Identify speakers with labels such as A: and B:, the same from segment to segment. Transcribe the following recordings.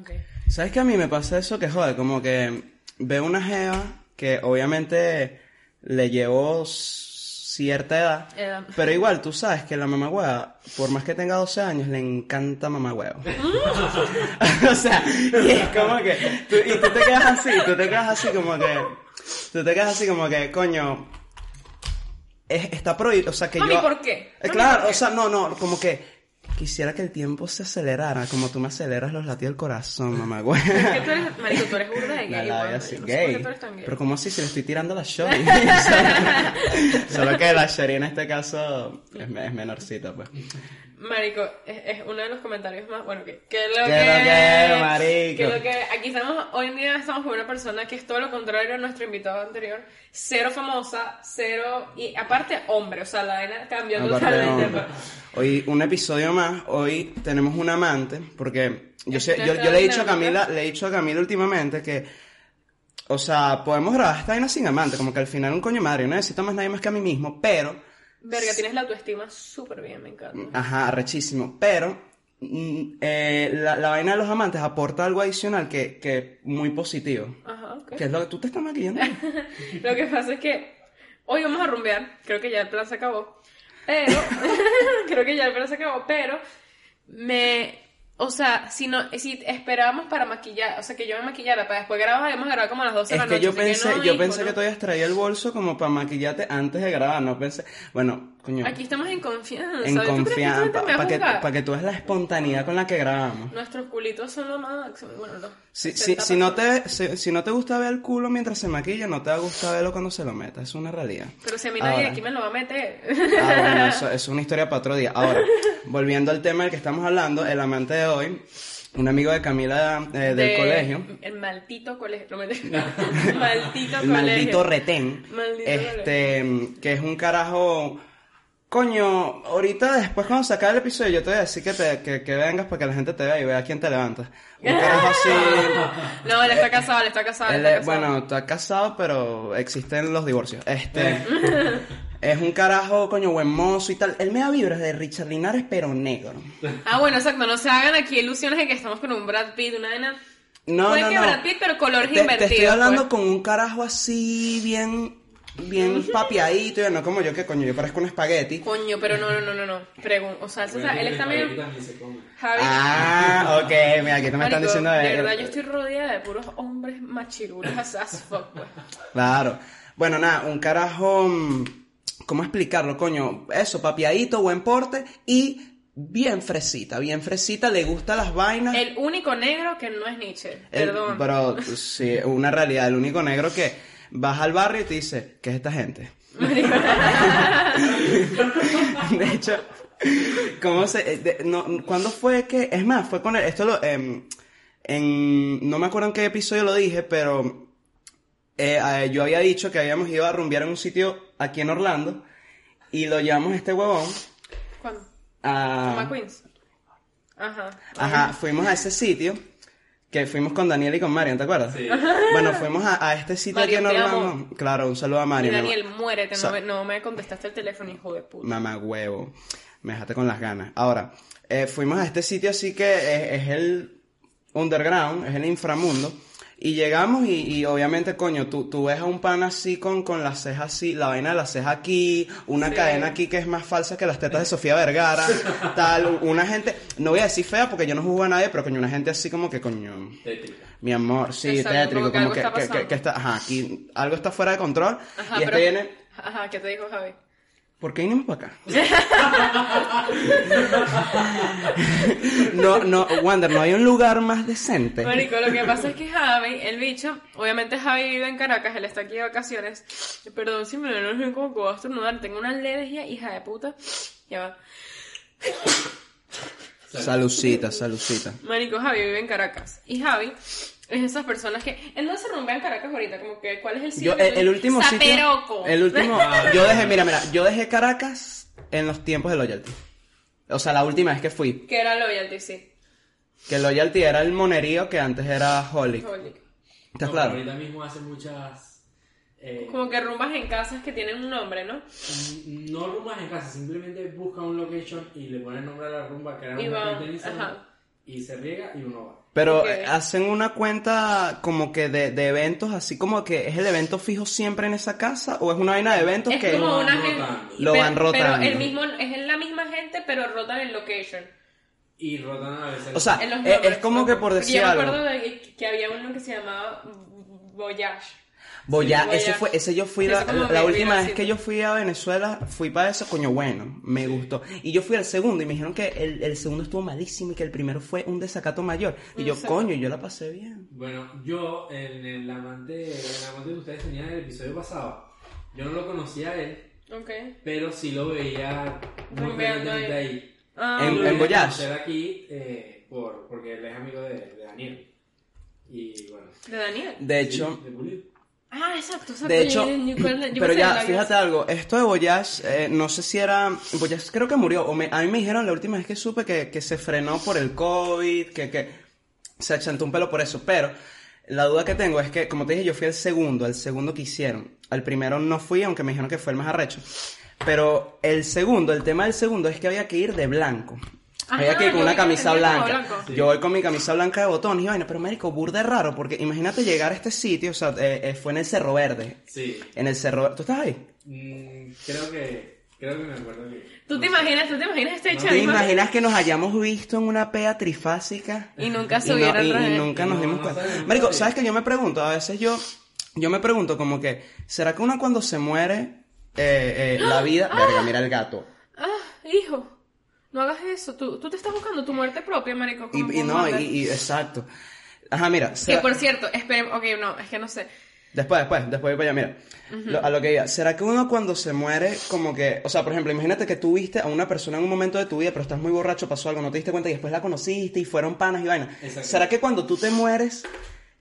A: Okay.
B: ¿Sabes que a mí me pasa eso que joder? Como que veo una jeva que obviamente le llevo cierta edad,
A: Edad.
B: pero igual tú sabes que la mamá por más que tenga 12 años, le encanta mamá o sea, y es como que tú, y tú te quedas así, tú te quedas así como que tú te quedas así como que coño es- está prohibido, o sea que
A: Mami,
B: yo
A: ¿por qué?
B: Eh,
A: Mami,
B: claro,
A: ¿por qué?
B: o sea, no, no, como que Quisiera que el tiempo se acelerara, como tú me aceleras los latidos del corazón, mamá
A: Es que tú eres, marico, tú eres burda de
B: la
A: gay.
B: labia
A: weón. No sé
B: así,
A: por qué
B: gay.
A: tú eres tan gay.
B: Pero como así, si le estoy tirando la shorty. Solo- Solo que la shorty en este caso es, me- es menorcita, pues.
A: Marico, es, es uno de los comentarios más. Bueno, que. ¿Qué lo
B: ¿Qué
A: que,
B: lo que, marico?
A: que lo que. Aquí estamos, hoy en día estamos con una persona que es todo lo contrario a nuestro invitado anterior. Cero famosa, cero. Y aparte, hombre. O sea, la vaina cambió
B: Aparte de
A: totalmente.
B: hombre. Hoy, un episodio más. Hoy tenemos un amante, porque yo, sé- yo, yo le he dicho a Camila, le he dicho a Camila últimamente que, o sea, podemos grabar esta vaina sin amante, como que al final un coño madre, yo no necesito más nadie más que a mí mismo, pero
A: Verga, tienes la autoestima súper bien, me encanta.
B: Ajá, rechísimo. Pero mm, eh, la, la vaina de los amantes aporta algo adicional que, que muy positivo.
A: Ajá, ok.
B: Que es lo que tú te estás maquillando.
A: Lo que pasa es que hoy vamos a rumbear, creo que ya el plan se acabó, pero creo que ya el plan se acabó, pero me, o sea, si no, si esperábamos para maquillar, o sea, que yo me maquillara para después grabar, íbamos a grabar como a las 12 de
B: es
A: la
B: que
A: noche.
B: yo
A: así
B: pensé,
A: no,
B: yo
A: hijo,
B: pensé
A: pues, no.
B: que tú habías traído el bolso como para maquillarte antes de grabar, no pensé. Bueno, coño,
A: Aquí estamos en confianza.
B: en
A: ¿Tú crees que esta
B: confianza,
A: gente me va
B: para
A: a
B: que,
A: juzgar?
B: pa' que tú veas la espontaneidad con la que grabamos.
A: Nuestros culitos son lo máximo. Bueno, no.
B: Si,
A: Se
B: si-
A: tapa
B: si no
A: todo.
B: te, si, si no te gusta ver el culo mientras se maquilla, no te va a gustar verlo cuando se lo meta. Es una realidad.
A: Pero si a mí nadie de
B: Ahora.
A: aquí me lo va a meter.
B: Ah, bueno, eso es una historia para otro día. Ahora, volviendo al tema del que estamos hablando, el amante de hoy, un amigo de Camila eh, del
A: De-
B: colegio,
A: El maldito colegio. No, mentira. maldito colegio.
B: el maldito retén,
A: Maldito
B: este, que es un carajo... Coño, ahorita después cuando se acabe el episodio yo te voy a decir que, te, que, que vengas para que la gente te vea y vea quién te levantas. Un carajo así...
A: No, él está casado, él está casado.
B: él
A: él
B: es-
A: está casado.
B: bueno, está casado, pero existen los divorcios. Este...
A: Eh.
B: Es un carajo, coño, buen mozo y tal. Él me da vibras de Richard Linares, pero negro.
A: Ah, bueno, exacto. No se hagan aquí ilusiones de que estamos con un Brad Pitt, una nena.
B: No,
A: Puede
B: no,
A: que
B: no.
A: Brad Pitt, pero colores
B: Te- te,
A: invertidos.
B: estoy
A: pues.
B: hablando con un carajo así, bien, bien papiadito, y no como yo, que coño, yo parezco un espagueti.
A: Coño, pero no, no, no, no, no. Pregun o sea, él, se sa- él está medio... Javi,
B: Ah, ok, mira, aquí te me están
A: marico,
B: diciendo
A: de
B: eh,
A: verdad, yo estoy rodeada de puros hombres machirulos as, as fuck, pues.
B: Claro. Bueno, nada, un carajo, mm, ¿cómo explicarlo, coño? Eso, papiadito, buen porte y bien fresita, bien fresita, le gustan las vainas.
A: El único negro que no es Nietzsche,
B: El-
A: perdón.
B: Eh, Pero sí, una realidad, el único negro que vas al barrio y te dice, ¿qué es esta gente? de hecho, ¿cómo se...? eh, de- no, ¿Cuándo fue que...? Es más, fue con el- Esto lo... em, en, no me acuerdo en qué episodio lo dije, pero eh, eh, yo había dicho que habíamos ido a rumbear en un sitio aquí en Orlando y lo llevamos a este huevón
A: ¿Cuándo?
B: a...
A: Toma Queens. Ajá.
B: Ajá, fuimos a ese sitio que fuimos con Daniel y con Marian, ¿te acuerdas?
C: Sí.
B: Bueno, fuimos a, a este sitio aquí en
A: Marian, te
B: Orlando. Claro, un saludo a
A: Y
B: Marian.
A: Daniel, muérete,
B: Sa-
A: no, me- no me contestaste el teléfono, hijo de puta.
B: Mamá huevo. Me dejaste con las ganas. Ahora, eh, fuimos a este sitio así que eh, es, es el underground, es el inframundo. Y llegamos y, y obviamente, coño, tú, tú ves a un pan así con, con las cejas así, la vaina de las cejas aquí, una
A: Sí.
B: cadena aquí que es más falsa que las tetas de Sofía Vergara, tal, una gente, no voy a decir fea porque yo no juzgo a nadie, pero coño, una gente así como que coño, mi amor, sí,
A: Exacto,
B: tétrico, como que,
A: algo está
B: que- que- que está, ajá, aquí algo está fuera de control.
A: Ajá,
B: y este
A: pero...
B: viene,
A: Ajá, ¿qué te dijo Javi?
B: ¿por qué vinimos para acá? no, no, Wander, no hay un lugar más decente.
A: Marico, lo que pasa es que Javi, el bicho, obviamente Javi vive en Caracas, él está aquí de vacaciones. Perdón si me lo no como que voy a estornudar, tengo una alergia, hija de puta. Ya va.
B: Salucita, salucita.
A: Marico, Javi vive en Caracas. Y Javi es de esas personas que. ¿En dónde se rumbea en Caracas ahorita? Como que, ¿cuál es el sitio?
B: Yo,
A: que
B: eh, el,
A: tú-
B: el último
A: Zaperoco.
B: sitio, el último, ah, yo dejé, mira, mira, yo dejé Caracas en los tiempos de Loyalty. O sea, la última vez que fui,
A: Que era Loyalty, sí.
B: que Loyalty era el monerío que antes era Holly.
A: Holy.
B: ¿Estás claro?
C: Ahorita mismo hace muchas. eh,
A: Como que rumbas en casas que tienen un nombre, ¿no?
C: no rumbas en casa, simplemente busca un location y le pone el nombre a la rumba, crea
A: Y
C: una
A: va,
C: cuenta en Instagram
A: ajá.
C: y se riega y uno va.
B: Pero eh,
A: Ok.
B: hacen una cuenta como que de, de eventos, así como que es el evento fijo siempre en esa casa, o es una vaina de eventos
A: Es
B: que
A: como
C: Lo
A: una
C: van
A: gente.
C: rotando.
B: Lo van rotando.
A: Pero el mismo, es en la misma gente, pero rotan el location.
C: Y rotan a veces.
B: O sea,
A: En los
B: Eh, Es-
A: nombres.
B: es como que por
A: Porque
B: decir
A: Yo me
B: algo.
A: acuerdo de que, que había uno que se llamaba Voyage.
B: Boyá,
A: Sí,
B: ese
A: Boyá.
B: fue, ese yo fui
A: Ese
B: la,
A: como
B: la
A: que
B: última
A: hubiera
B: vez que
A: sido.
B: yo fui a Venezuela, fui para eso, coño, bueno, me gustó. Y yo fui al segundo y me dijeron que el, el segundo estuvo malísimo y que el primero fue un desacato mayor. Y yo,
A: Exacto.
B: coño, yo la pasé bien.
C: Bueno, yo, en el amante, el amante que ustedes tenían en el episodio pasado, yo no lo conocía a él,
A: Ok.
C: pero sí lo veía muy
A: Rumbeando
C: frecuentemente
A: ahí.
C: ahí.
A: Ah,
B: En-
C: Yo lo
B: en
C: vine a
B: Voyage.
C: conocer aquí eh, por, porque él es amigo de, de Daniel. Y bueno.
A: de Daniel.
B: De
C: sí,
B: hecho,
C: de Pulir.
A: Ah, exacto. exacto.
B: De hecho,
A: Yo- yo- yo- yo
B: pero
A: pensé
B: ya,
A: en la-
B: fíjate algo, esto de Boyas, no sé si era, Boyas creo que murió, o me- a mí me dijeron la última vez que supe que, que se frenó por el COVID, que, que se achantó un pelo por eso, pero la duda que tengo es que, como te dije, yo fui al segundo, al segundo que hicieron, al primero no fui, aunque me dijeron que fue el más arrecho, pero el segundo, el tema del segundo es que había que ir de blanco.
A: Ajá,
B: había que ir
A: Ah,
B: con
A: yo
B: una
A: vi que
B: camisa
A: tenía como
B: blanca.
A: blanco.
B: Yo voy con mi camisa blanca de botón y vaina, pero médico, burda es raro, porque imagínate llegar a este sitio, o sea, eh, eh, fue en el Cerro Verde,
C: Sí.
B: en el cerro. ¿Tú estás ahí?
C: Mm, creo que. Creo que me acuerdo que.
A: ¿Tú te imaginas, tú te imaginas este
C: No.
A: hecho
B: ¿Te
A: ahí, mami?
B: imaginas que nos hayamos visto en una pea trifásica?
A: Y nunca
B: Y,
A: se
B: no-
A: hubiera
B: y- y
A: reído.
B: nunca nos
C: No,
B: dimos
C: no
B: cuenta.
C: sabemos,
B: Marico,
C: nadie.
B: ¿sabes que yo me pregunto? A veces yo, yo me pregunto como que, ¿será que uno cuando se muere, eh, eh, la vida... Verga, mira el gato.
A: Ah, hijo. No hagas eso. Tú, tú te estás buscando tu muerte propia, marico. como
B: Y, y
A: Bob
B: no,
A: Marley.
B: y, y- exacto. Ajá, mira.
A: Que
B: será-
A: por cierto, esperemos. Ok, no, es que no sé.
B: Después, después, después voy para allá, mira. Lo- a lo que iba. ¿Será que uno cuando se muere, como que, o sea, por ejemplo, imagínate que tú viste a una persona en un momento de tu vida, pero estás muy borracho, pasó algo, no te diste cuenta y después la conociste y fueron panas y vaina.
C: Exacto.
B: ¿Será que cuando tú te mueres,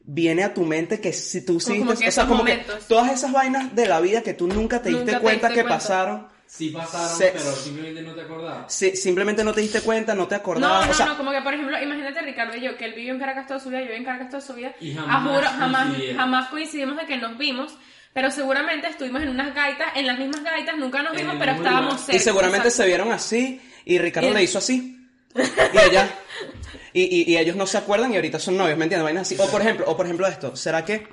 B: viene a tu mente que si tú sí
A: Como- como
B: viste-
A: que
B: o sea,
A: esos
B: como que
A: momentos.
B: todas esas vainas de la vida que tú nunca te
A: Nunca
B: diste
A: te
B: cuenta
A: diste
B: que
A: cuenta.
B: pasaron,
C: Sí pasaron,
B: Se-
C: pero simplemente no te acordabas.
B: si- simplemente no te diste cuenta, no te
A: No,
B: acordabas,
A: no,
B: o sea,
A: no, como que por ejemplo, imagínate a Ricardo y yo, que él vivió en Caracas toda su vida, yo viví en Caracas toda su vida.
C: Y
A: Ah,
C: jamás
A: juro, jamás,
C: coincidieron.
A: jamás coincidimos de que nos vimos, pero seguramente estuvimos en unas gaitas, en las mismas gaitas, nunca nos
C: En
A: vimos,
C: el
A: pero
C: mismo
A: estábamos
C: lugar.
A: cerca.
B: Y seguramente
A: o sea,
B: se vieron así y Ricardo
A: Y-
B: le hizo así. Y ella. Y, y- y ellos no se acuerdan y ahorita son novios, ¿me entiendes? Vainas así. O por ejemplo, o por ejemplo esto, ¿será que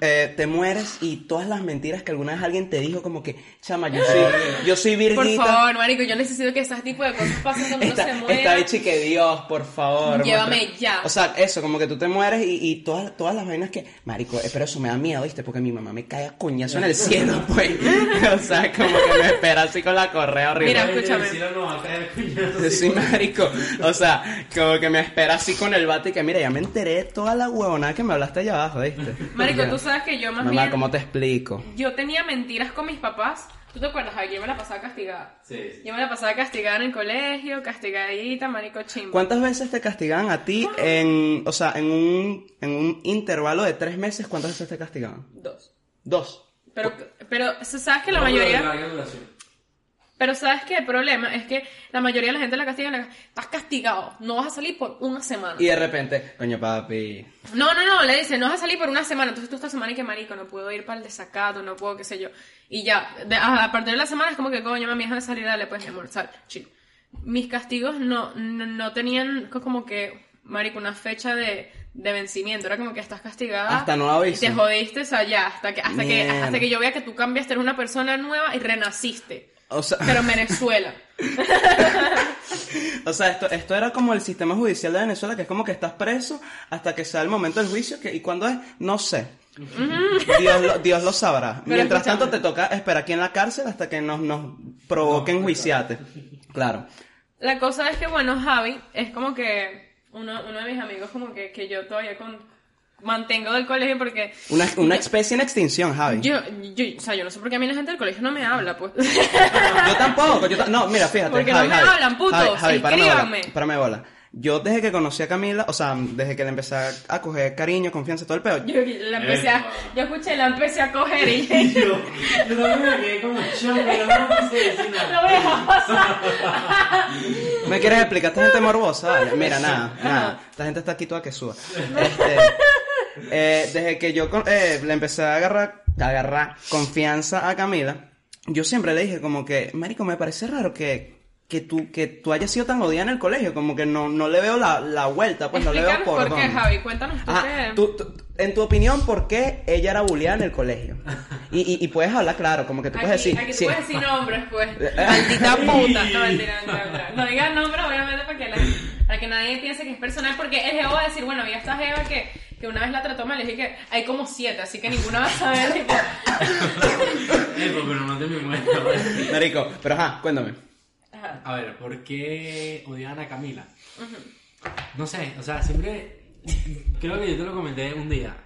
B: eh, te mueres y todas las mentiras que alguna vez alguien te dijo como que, chama, yo soy, yo soy
A: Por
B: virguita.
A: favor, marico, yo necesito que ese tipo de cosas pasen cuando uno
B: Está,
A: se muera.
B: está hecho y que Dios, por favor.
A: Llévame
B: muestra".
A: ya.
B: O sea, eso, como que tú te mueres y, y todas, todas las vainas que. Marico, eh, pero eso me da miedo, ¿viste? Porque mi mamá me cae a coñazo en el cielo, pues. o sea, como que me espera así con la correa horrible.
A: Mira,
C: Ay,
A: escúchame.
C: el cielo nos va a caer coñazo,
B: Sí,
C: sí.
B: Sí, marico. O sea, como que me espera así con el bate y que, mira, ya me enteré de toda la huevonada que me hablaste allá abajo, ¿viste?
A: Marico,
B: Ya.
A: tú sabes que yo más
B: Mamá,
A: bien,
B: ¿cómo te explico?
A: yo tenía mentiras con mis papás, ¿tú te acuerdas? Javier? yo me la pasaba castigada.
C: Sí, sí.
A: Yo me la pasaba castigada en el colegio, castigadita, marico chimba.
B: ¿Cuántas veces te castigaban a ti en, o sea, en un, en un intervalo de tres meses? ¿Cuántas veces te castigaban?
A: Dos.
B: Dos.
A: Pero, pero sabes que la
C: No, pero de
A: mayoría...
C: larga duración.
A: Pero ¿sabes qué? El problema es que la mayoría de la gente la castiga, la- estás castigado, no vas a salir por una semana.
B: Y de repente, coño papi,
A: No, no, no, le dicen, no vas a salir por una semana, entonces tú esta semana y que marico, no puedo ir para el desacato, no puedo, qué sé yo. Y ya, de- a, a partir de la semana es como que, coño, mami, déjame salir, dale, pues, mi amor, sal, chill. Mis castigos no, no, no tenían co- como que, marico, una fecha de, de vencimiento, era como que estás castigada.
B: Hasta no aviso.
A: Y te jodiste, o sea, ya, hasta que, hasta que,
B: Mierda.
A: hasta que yo vea que tú cambiaste, eres una persona nueva y renaciste.
B: O sea,
A: Pero en Venezuela.
B: o sea esto, esto era como el sistema judicial de Venezuela, que es como que estás preso hasta que sea el momento del juicio, que, y cuando es, no sé. Dios lo, Dios lo sabrá.
A: Pero
B: Mientras
A: escúchame.
B: tanto te toca esperar aquí en la cárcel hasta que nos, nos provoquen juiciate. Claro.
A: La cosa es que, bueno, Javi es como que uno, uno de mis amigos como que, que yo todavía con, mantengo del colegio porque
B: Una, una especie en extinción, Javi. Yo,
A: yo, yo, o sea, yo no sé por qué a mí la gente del colegio no me habla, pues.
B: tampoco. Yo ta- no, mira, fíjate.
A: Porque no
B: Javi,
A: me
B: Javi,
A: hablan, putos,
B: Javi, Javi, párame bola.
A: escríbanme.
B: párame bola. Yo desde que conocí a Camila, o sea, desde que le empecé a coger cariño, confianza, todo el pedo.
A: Yo la empecé a, yo escuché, la empecé a coger y
C: Y yo, yo también me quedé como choco, yo no sé decir
A: no
C: nada.
A: me dejaba pasar.
B: ¿Me quieres explicar? Esta gente morbosa, vale. Mira, nada, nada. Esta gente está aquí toda que suba. Este, eh, desde que yo con- eh, le empecé a agarrar, a agarrar confianza a Camila, yo siempre le dije como que, marico, me parece raro que que tú, que tú hayas sido tan odiada en el colegio, como que no, no le veo la, la vuelta, pues no le veo
A: Explícanos
B: por
A: por qué,
B: dónde.
A: Javi. Cuéntanos tú
B: Ajá,
A: qué.
B: tú- tú- en tu opinión, ¿por qué ella era bulleada en el colegio? Y, y, y puedes hablar claro, como que tú
A: Aquí,
B: puedes decir...
A: aquí tú
B: sí,
A: puedes decir
B: ma-
A: nombres, pues.
B: Eh,
A: Maldita puta. No, mentira, mentira, mentira. No digas nombres, obviamente, para que, la- para que nadie piense que es personal. Porque el Jehová va a decir, bueno, había esta Jeva que, que una vez la trató mal. Le dije que hay como siete, así que ninguna va a saber. tipo,
C: Eh, pero no te me muestra. ¿vale?
B: Marico, pero ajá, cuéntame.
A: Ajá.
C: A ver, ¿por qué odiaban a Camila? No sé, o sea, siempre. Creo que yo te lo comenté un día.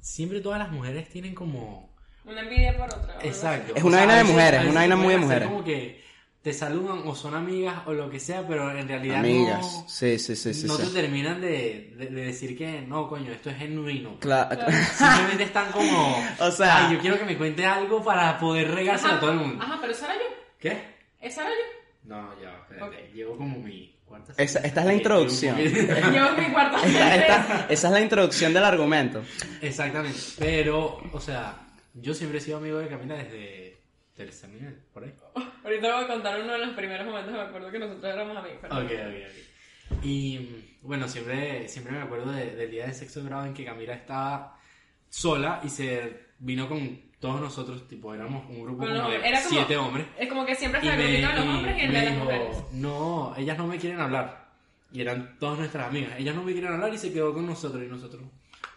C: Siempre todas las mujeres tienen como.
A: Una envidia por otra. ¿verdad?
C: Exacto.
B: Es una
C: a
B: vaina de
C: veces-
B: mujeres,
C: a veces
B: una vaina muy de
C: pueden
B: mujeres.
C: hacer Como que te saludan o son amigas o lo que sea, pero en realidad
B: Amigas.
C: no.
B: Sí, sí, sí, sí.
C: no
B: sí.
C: te terminan de, de- de decir que no, coño, esto es genuino.
B: Cla-
C: Simplemente están como.
B: O sea-
C: "Ay, yo quiero que me cuente algo para poder regárselo a todo el mundo.
A: Ajá, pero esa era yo.
C: ¿Qué?
A: Esa era yo.
C: No, ya, espérate.
A: Ok.
C: Llevo como mi cuarta.
B: Esa- esta es la
C: Sí,
B: introducción.
C: llevo un poquito.
A: Yo en mi cuarto.
B: Esta- esta- esa es la introducción del argumento.
C: Exactamente. Pero, o sea, yo siempre he sido amigo de Camila desde tercer nivel, por ahí. Ok,
A: Ahorita voy a contar uno de los primeros momentos. Me acuerdo que nosotros éramos amigos. pero-
C: ok, ok. Y bueno, siempre, siempre me acuerdo de- del día de sexto grado en que Camila estaba sola y se vino con todos nosotros, tipo, éramos un grupo
A: Con los
C: como de
A: hombres. Era como-
C: siete hombres.
A: Es como que siempre
C: Y
A: está el
C: me-
A: grupito de los
C: y
A: hombres y el
C: me
A: de las
C: dijo,
A: mujeres.
C: No, ellas no me quieren hablar. Y eran todas nuestras amigas. Ellas no me quieren hablar y se quedó con nosotros y nosotros.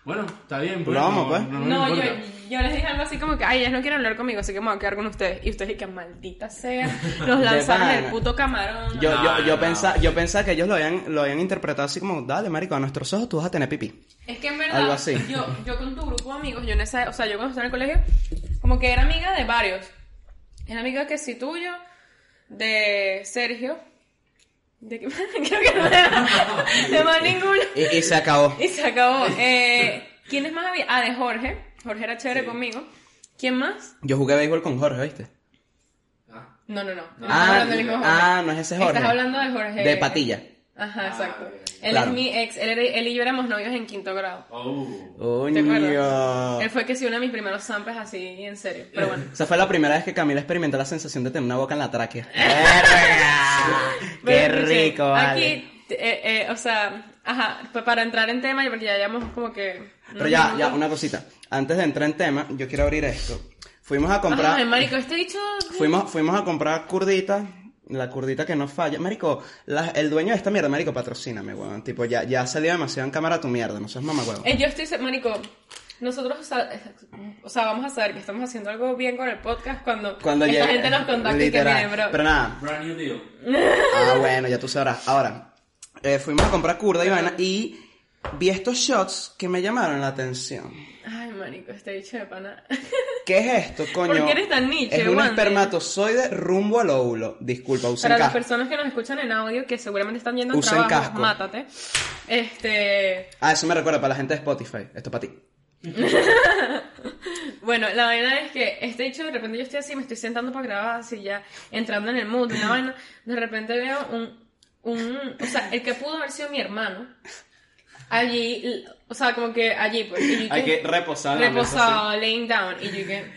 C: Bueno, está bien, pues.
B: vamos, pues.
C: me
A: No, yo,
C: importa".
A: yo les dije algo así como que, ay, ellas no quieren hablar conmigo, así que me voy a quedar con ustedes. Y ustedes que maldita sea, nos
B: De
A: lanzaron
B: pana.
A: el puto camarón.
B: Yo,
C: No,
B: yo, yo,
C: no.
B: pensa- yo pensaba que ellos lo habían, lo habían interpretado así como, dale, marico, a nuestros ojos tú vas a tener pipí.
A: Es que en verdad,
B: Algo así.
A: Yo, yo con tu grupo de amigos, yo en esa, o sea, yo cuando estaba en el colegio, como que era amiga de varios. Era amiga que sí tuyo, de Sergio, de que- creo que no era de más ninguno.
B: Y, y se acabó.
A: Y se acabó. Eh, ¿Quiénes más había? Ah, de Jorge. Jorge era chévere conmigo. ¿Quién más?
B: Yo jugué béisbol con Jorge, ¿viste?
C: Ah,
A: No, no, no. No estamos
B: Ah,
A: hablando del mismo Jorge.
B: ah, no es ese Jorge.
A: Estás hablando de Jorge.
B: De patilla.
A: Ajá,
C: Ah,
A: exacto.
C: bien.
A: Él
B: Claro.
A: es mi ex. Él, era- él y yo éramos novios en quinto grado.
C: oh.
A: ¿Te
B: Coño.
A: acuerdas? Él fue que sí uno de mis primeros zampes así, en serio. Pero bueno.
B: Esa fue la primera vez que Camila experimentó la sensación de tener una boca en la tráquea. ¡Verga! ¡Qué
A: Pero, escuchen,
B: rico, vale!
A: Aquí, eh, eh, o sea, ajá, pues para entrar en tema, porque ya llevamos como que...
B: Pero ya, ya, una cosita. Antes de entrar en tema, yo quiero abrir esto. Fuimos a comprar...
A: Ay, marico, este dicho...
B: Fuimos, fuimos a comprar curdita, la curdita que no falla. Marico, la- el dueño de esta mierda, Marico, patrocíname, weón. Tipo, ya, ya salió demasiado en cámara tu mierda, no seas mamá, weón.
A: Eh, yo estoy... se- Marico, nosotros, o sea, eh, o sea, vamos a saber que estamos haciendo algo bien con el podcast cuando,
B: Cuando
A: esta
B: llegue-
A: gente nos contacte y que
B: literal.
A: miren, bro.
B: Pero nada,
C: Brand new deal.
B: ah, bueno, ya tú sabrás. Ahora, eh, fuimos a comprar curda y vaina y vi estos shots que me llamaron la atención.
A: Ay, marico, este dicho de pana...
B: ¿Qué es esto, coño?
A: ¿Por qué eres tan Nietzsche,
B: Es un
A: Wanda?
B: espermatozoide rumbo al óvulo. Disculpa, usen
A: Para las
B: casco.
A: personas que nos escuchan en audio, que seguramente están yendo al
B: Usen
A: trabajo,
B: casco.
A: mátate. Este,
B: Ah, eso me recuerda para la gente de Spotify. Esto es para ti.
A: bueno, la vaina es que este hecho de repente yo estoy así, me estoy sentando para grabar, así ya entrando en el mood, una vaina, de repente veo un, un, o sea, el que pudo haber sido mi hermano. Allí, l- o sea, como que allí, pues. y yo
B: Hay que
A: dije,
B: reposar en la mesa,
A: Reposado, laying down. Y yo dije,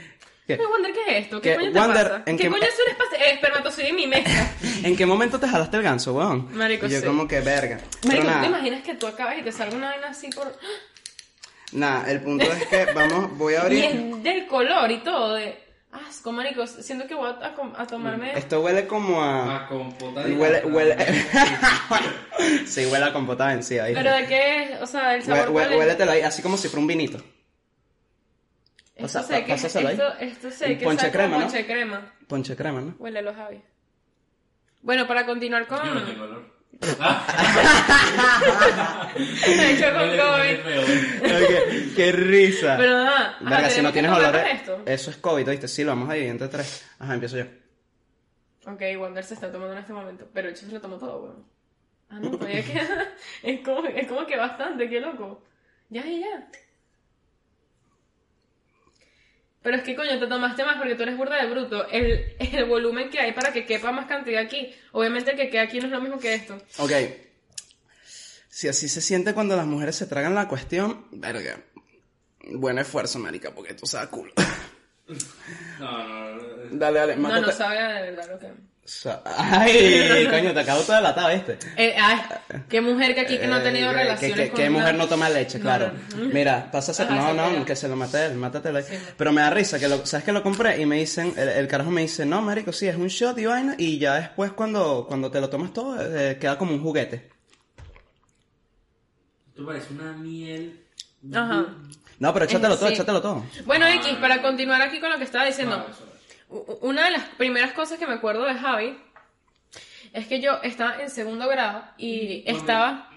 B: ¿Qué?
A: no, Wander, ¿qué es esto? ¿Qué,
B: ¿Qué?
A: coño te
B: Wander,
A: pasa?
B: ¿en
A: ¿Qué,
B: qué-
A: coño es un espacio- eh, espermatozoide en mi mesa?
B: ¿En qué momento te jalaste el ganso, weón?
A: Marico,
B: Y yo
A: sí.
B: como que verga. Pero
A: Marico, ¿tú te
B: nada,
A: imaginas que tú acabas y te salga una vaina así por...
B: nada, el punto es que vamos, voy a
A: Y
B: abrir.
A: es del color y todo, de asco, marico. Siento que voy a, a com- a tomarme.
B: Esto huele como a.
C: Ah, con potada y-
B: Huele, huele. sí, huele a compota vencida. ¿viste?
A: Pero de qué es, o sea, el sabor.
B: Hue-
A: cuál
B: hue-
A: es?
B: Huéletelo ahí, así como si fuera un vinito.
A: Esto
B: o sea,
A: sé
B: pa-
A: que-
B: pásaselo ahí.
A: Esto, esto sé
B: Un
A: que
B: ponche
A: sabe como
B: crema, ¿no?
A: Ponche crema.
B: Ponche crema, ¿no?
A: Huélelo, Javi. Bueno, para continuar con.
C: Yo no tengo olor.
A: De hecho, con
C: Huele- huele
A: COVID.
C: feo, huele.
B: Ok, qué
C: Ah.
B: risa.
A: Pero nada. ajá,
B: Verga, si
A: tenemos
B: no
A: que
B: tienes
A: tomarnos
B: olores.
A: esto.
B: Eso es COVID, ¿viste? Sí, lo vamos a dividir entre tres. Ajá, empiezo yo.
A: Ok, Wander se está tomando en este momento. Pero el se lo tomó todo, weón. Ah, no, todavía queda. es, como, es como que bastante, qué loco. Ya, ya, ya. Pero es que coño, te tomaste más porque tú eres burda de bruto. El, el volumen que hay para que quepa más cantidad aquí. Obviamente el que queda aquí no es lo mismo que esto.
B: Ok. Si así se siente cuando las mujeres se tragan la cuestión, verga. Buen esfuerzo, marica, porque esto sabe a culo.
C: No, no, no.
B: dale, dale,
A: No,
B: mátate.
A: no sabe de verdad lo que.
B: Sa- Ay, coño, te acabo toda la este.
A: Eh, ay, qué mujer que aquí que no ha tenido
B: Eh, que-
A: relaciones
B: que,
A: con
B: que
A: una-
B: mujer no toma leche, claro.
A: no.
B: Mira, pasa a ser-
A: Ajá, se
B: No, no,
A: pega.
B: que se lo mate él, mátatelo ahí. Pero me da risa, que lo, ¿sabes que lo compré? Y me dicen, el, el carajo me dice, no, marico, sí, es un shot y vaina. Y ya después, cuando, cuando te lo tomas todo, eh, queda como un juguete.
C: Tú pareces una miel.
A: Ajá.
B: No, pero échatelo todo,
A: Eh, Sí.
B: échatelo todo.
A: Bueno, X, para continuar aquí con lo que estaba diciendo.
C: Vale, eso es.
A: U- Una de las primeras cosas que me acuerdo de Javi es que yo estaba en segundo grado
B: Mm,
A: y estaba.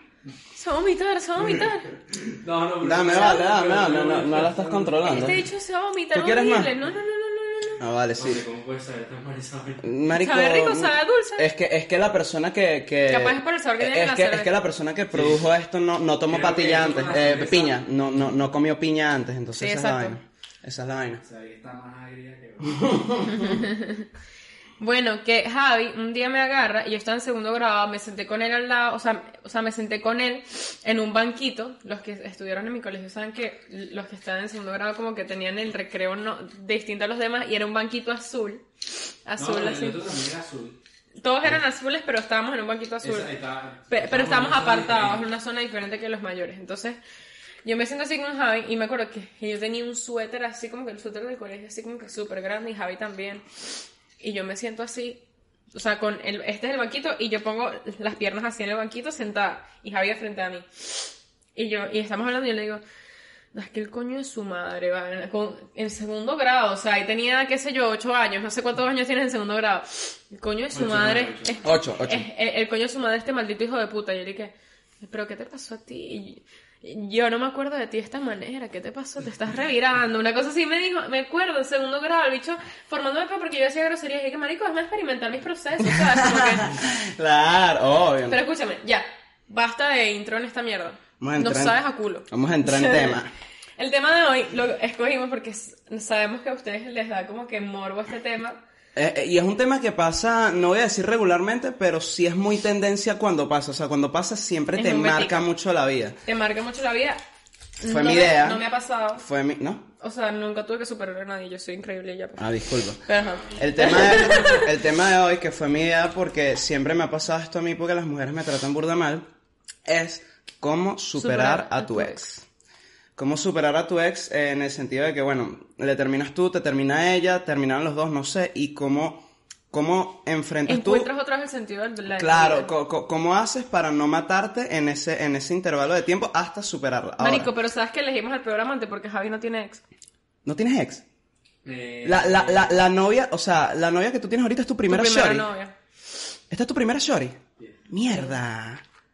A: Se va a vomitar, se va a vomitar.
C: No, no, pero-
B: Dame, vale, dame, dame, no, no la estás controlando.
A: Este dicho se va a vomitar
B: Ah, ¿Tú quieres más?
A: horrible. No, no, no, no, no, no.
B: Ah, vale,
C: Oye,
B: sí.
C: ¿Cómo puedes saber tan mal esa vaina?
B: Marico,
A: Sabe rico, sabe dulce.
B: Es que, es que la persona que, que-
A: Capaz es por el sabor que tiene
B: es
A: la
B: que,
A: cerveza.
B: es que la persona que produjo esto no, no tomó
C: Creo que
B: patilla
C: es
B: antes,
C: una
B: eh,
C: cerveza.
B: piña, no, no, no comió piña antes, entonces
A: Sí,
B: esa es la
A: exacto.
B: vaina. Esa es la vaina.
C: O sea, ahí está más agria que.
A: Bueno, que Javi un día me agarra y yo estaba en segundo grado, me senté con él al lado, o sea, o sea, me senté con él en un banquito. Los que estudiaron en mi colegio saben que los que estaban en segundo grado como que tenían el recreo no, distinto a los demás y era un banquito azul. Azul,
C: no,
A: azul.
C: El otro también era azul.
A: Todos eran azules, pero estábamos en un banquito azul.
C: Esa- ahí está- eh,
A: Pe- pero estábamos
C: en una zona
A: apartados, en
C: diferente.
A: una zona diferente que los mayores. Entonces, yo me siento así con Javi y me acuerdo que yo tenía un suéter así como que el suéter del colegio, así como que súper grande y Javi también. Y yo me siento así, o sea, con el, este es el banquito y yo pongo las piernas así en el banquito sentada y Javi de frente a mí. Y yo, y estamos hablando y yo le digo, "No, es que el coño de su madre, va, en, con- en segundo grado, o sea, ahí tenía, qué sé yo, ocho años, no sé cuántos años tienes en segundo grado. El coño de su
C: Ocho,
A: madre
C: nueve, ocho.
A: es-
B: Ocho, ocho.
A: es- el, el coño de su madre, este maldito hijo de puta. Y yo le dije, ¿pero qué te pasó a ti? Y Yo no me acuerdo de ti de esta manera, ¿qué te pasó? Te estás revirando. Una cosa así me dijo, me acuerdo, en segundo grado, el bicho formándome pa- porque yo hacía groserías. Y dije, marico, es más experimentar mis procesos, ¿sabes? Como que-
B: Claro, obvio.
A: Pero escúchame, ya, basta de intro en esta mierda.
B: Vamos a
A: No
B: entrar en-
A: sabes a culo.
B: Vamos a entrar en tema.
A: El tema de hoy lo escogimos porque s- sabemos que a ustedes les da como que morbo este tema.
B: Eh, eh, y es un tema que pasa, no voy a decir regularmente, pero sí es muy tendencia cuando pasa. O sea, cuando pasa siempre
A: Es
B: te
A: un
B: marca
A: vértigo.
B: mucho la vida.
A: Te marca mucho la vida.
B: Fue
A: No me-
B: mi idea.
A: No me ha pasado.
B: Fue mi... ¿No?
A: O sea, nunca tuve que superar a nadie, yo soy increíble y ya. pues.
B: Ah, disculpa.
A: Pero, ajá.
B: El tema, de, el tema de hoy, que fue mi idea, porque siempre me ha pasado esto a mí porque las mujeres me tratan burda mal, es cómo superar, a tu ex. Cómo superar a tu ex eh, en el sentido de que, bueno, le terminas tú, te termina ella, terminaron los dos, no sé, y cómo, cómo enfrentas tú...
A: Encuentras otra vez el sentido del la-
B: Claro, co- co- cómo haces para no matarte en ese, en ese intervalo de tiempo hasta superarla. Ahora,
A: Marico, pero sabes que elegimos al peor amante porque Javi no tiene ex.
B: ¿No tienes ex?
C: Eh,
B: La, la, la, la novia, o sea, la novia que tú tienes ahorita es tu primera,
A: tu primera
B: shorty.
A: novia.
B: ¿Esta es tu primera shorty? Mierda.